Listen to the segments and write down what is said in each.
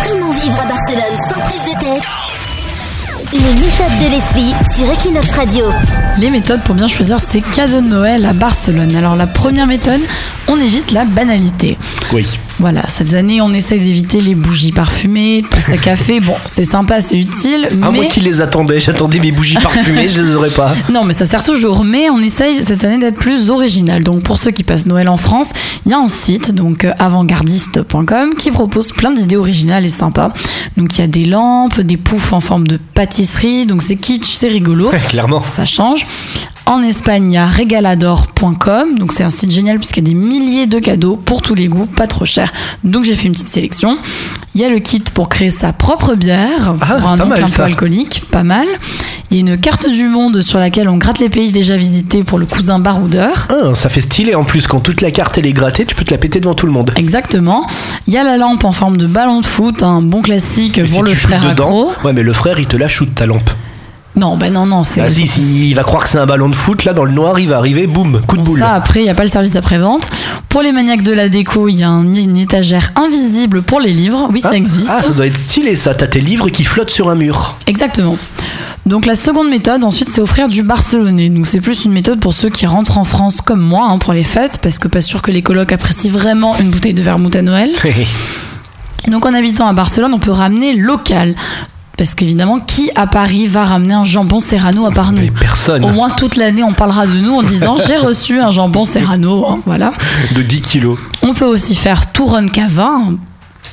à Barcelone sans prise de tête. Les méthodes de Leslie sur Equinox Radio. Les méthodes pour bien choisir ses cadeaux de Noël à Barcelone. Alors la première méthode, on évite la banalité. Oui. Voilà, cette année on essaie d'éviter les bougies parfumées, tasses à café. Bon, c'est sympa, c'est utile, Ah, moi mais qui les attendais, j'attendais mes bougies parfumées, je les aurais pas. non, mais ça sert toujours. Mais on essaye cette année d'être plus original. Donc pour ceux qui passent Noël en France, il y a un site, donc euh, avantgardiste.com, qui propose plein d'idées originales et sympas. Donc il y a des lampes, des poufs en forme de pâtisserie. Donc c'est kitsch, c'est rigolo. Clairement. ça change. En Espagne, il y a regalador.com, donc c'est un site génial puisqu'il y a des milliers de cadeaux pour tous les goûts, pas trop cher. Donc j'ai fait une petite sélection. Il y a le kit pour créer sa propre bière, Ah, pour c'est un pas oncle mal, un peu ça. alcoolique, pas mal. Il y a une carte du monde sur laquelle on gratte les pays déjà visités pour le cousin baroudeur. Ah, ça fait stylé en plus, quand toute la carte elle est grattée, tu peux te la péter devant tout le monde. Exactement. Il y a la lampe en forme de ballon de foot, un bon classique Mais pour si le tu shootes frère dedans, accro. ouais, mais le frère il te la shoot ta lampe. Non, ben non, non, c'est. Vas-y, si, il va croire que c'est un ballon de foot, là dans le noir il va arriver, boum, coup de Bon, boule. ça, après, il n'y a pas le service d'après-vente. Pour les maniaques de la déco, il y a un- une étagère invisible pour les livres. Oui, Hein ça existe. Ah, ça doit être stylé ça, t'as tes livres qui flottent sur un mur. Exactement. Donc la seconde méthode, ensuite, c'est offrir du barcelonais. Donc c'est plus une méthode pour ceux qui rentrent en France comme moi hein, pour les fêtes, parce que pas sûr que les colocs apprécient vraiment une bouteille de vermouth à Noël. Donc en habitant à Barcelone, on peut ramener local. Parce qu'évidemment, qui à Paris va ramener un jambon serrano à part nous Ah, mais personne Mm. Au moins toute l'année, on parlera de nous en disant j'ai reçu un jambon serrano. hein, voilà. de 10 kilos, On peut aussi faire Touron Cava, un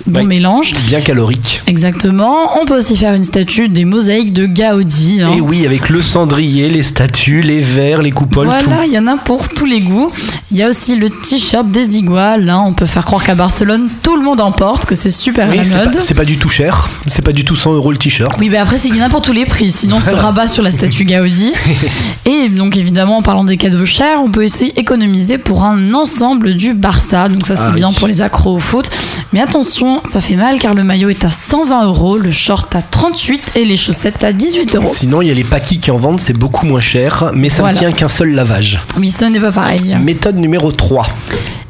bon Ouais. mélange. bien calorique. Exactement. On peut aussi faire une statue des mosaïques de Gaudi. hein. Et oui, avec le cendrier, les statues, les verres, les coupoles, Voilà, il y en a pour tous les goûts. Il y a aussi le t-shirt des iguales. hein. On peut faire croire qu'à Barcelone, tout le monde en porte, que c'est super à tout. Oui, la c'est mode. pas, c'est pas du tout cher, c'est pas du tout 100 euros le t-shirt. Oui, mais après, c'est qu'il y en a pour tous les prix. Sinon, on se Voilà. rabat sur la statue Gaudi. Et donc, évidemment, en parlant des cadeaux chers, on peut aussi économiser pour un ensemble du Barça. Donc, ça, c'est Ah oui. bien pour les accros au foot. Mais attention, ça fait mal car le maillot est à 120 euros, le short à 38 et les chaussettes à 18 euros. Sinon, il y a les paquis qui en vendent, c'est beaucoup moins cher, mais ça Voilà. ne tient qu'un seul lavage. Oui, ce n'est pas pareil. Méthode numéro 3.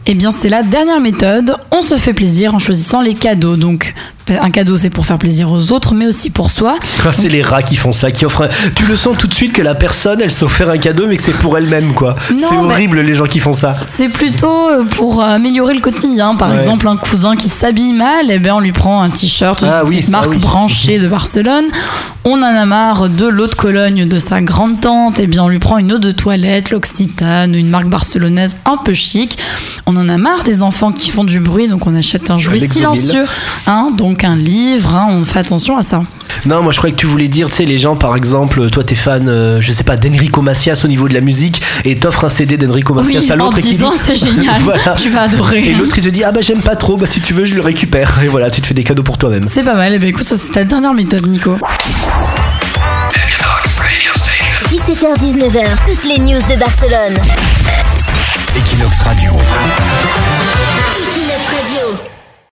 Eh bien, c'est la dernière méthode. On se fait plaisir en choisissant les cadeaux. Donc, un cadeau, c'est pour faire plaisir aux autres, mais aussi pour soi. Ah, c'est les rats qui font ça, qui offrent. un- Tu le sens tout de suite que la personne, elle s'est offert un cadeau, mais que c'est pour elle-même, quoi. Non, C'est mais- horrible les gens qui font ça. C'est plutôt euh, pour euh, améliorer le quotidien. Par Ouais. exemple, un cousin qui s'habille mal, eh bien, on lui prend un t-shirt d'une Ah oui, petite ça, marque oui. branchée de Barcelone. On en a marre de l'eau de Cologne de sa grande tante, eh bien, on lui prend une eau de toilette, l'Occitane, une marque barcelonaise un peu chic. On en a marre des enfants qui font du bruit, donc on achète un jouet Exomil. silencieux, hein, donc un livre. hein, on fait attention à ça. Non, moi je croyais que tu voulais dire, tu sais, les gens, par exemple, toi t'es fan, euh, je sais pas, d'Enrico Macias au niveau de la musique, et t'offres un CD d'Enrico Macias oui, à en l'autre et qui dit. disant c'est génial, Voilà. tu vas adorer. Et l'autre il se dit, ah bah j'aime pas trop, bah si tu veux, je le récupère. Et voilà, tu te fais des cadeaux pour toi-même. C'est pas mal. Eh bien, écoute, ça c'est ta dernière méthode, Nico. 17h-19h, toutes les news de Barcelone. Equinox Radio. Equinox Radio.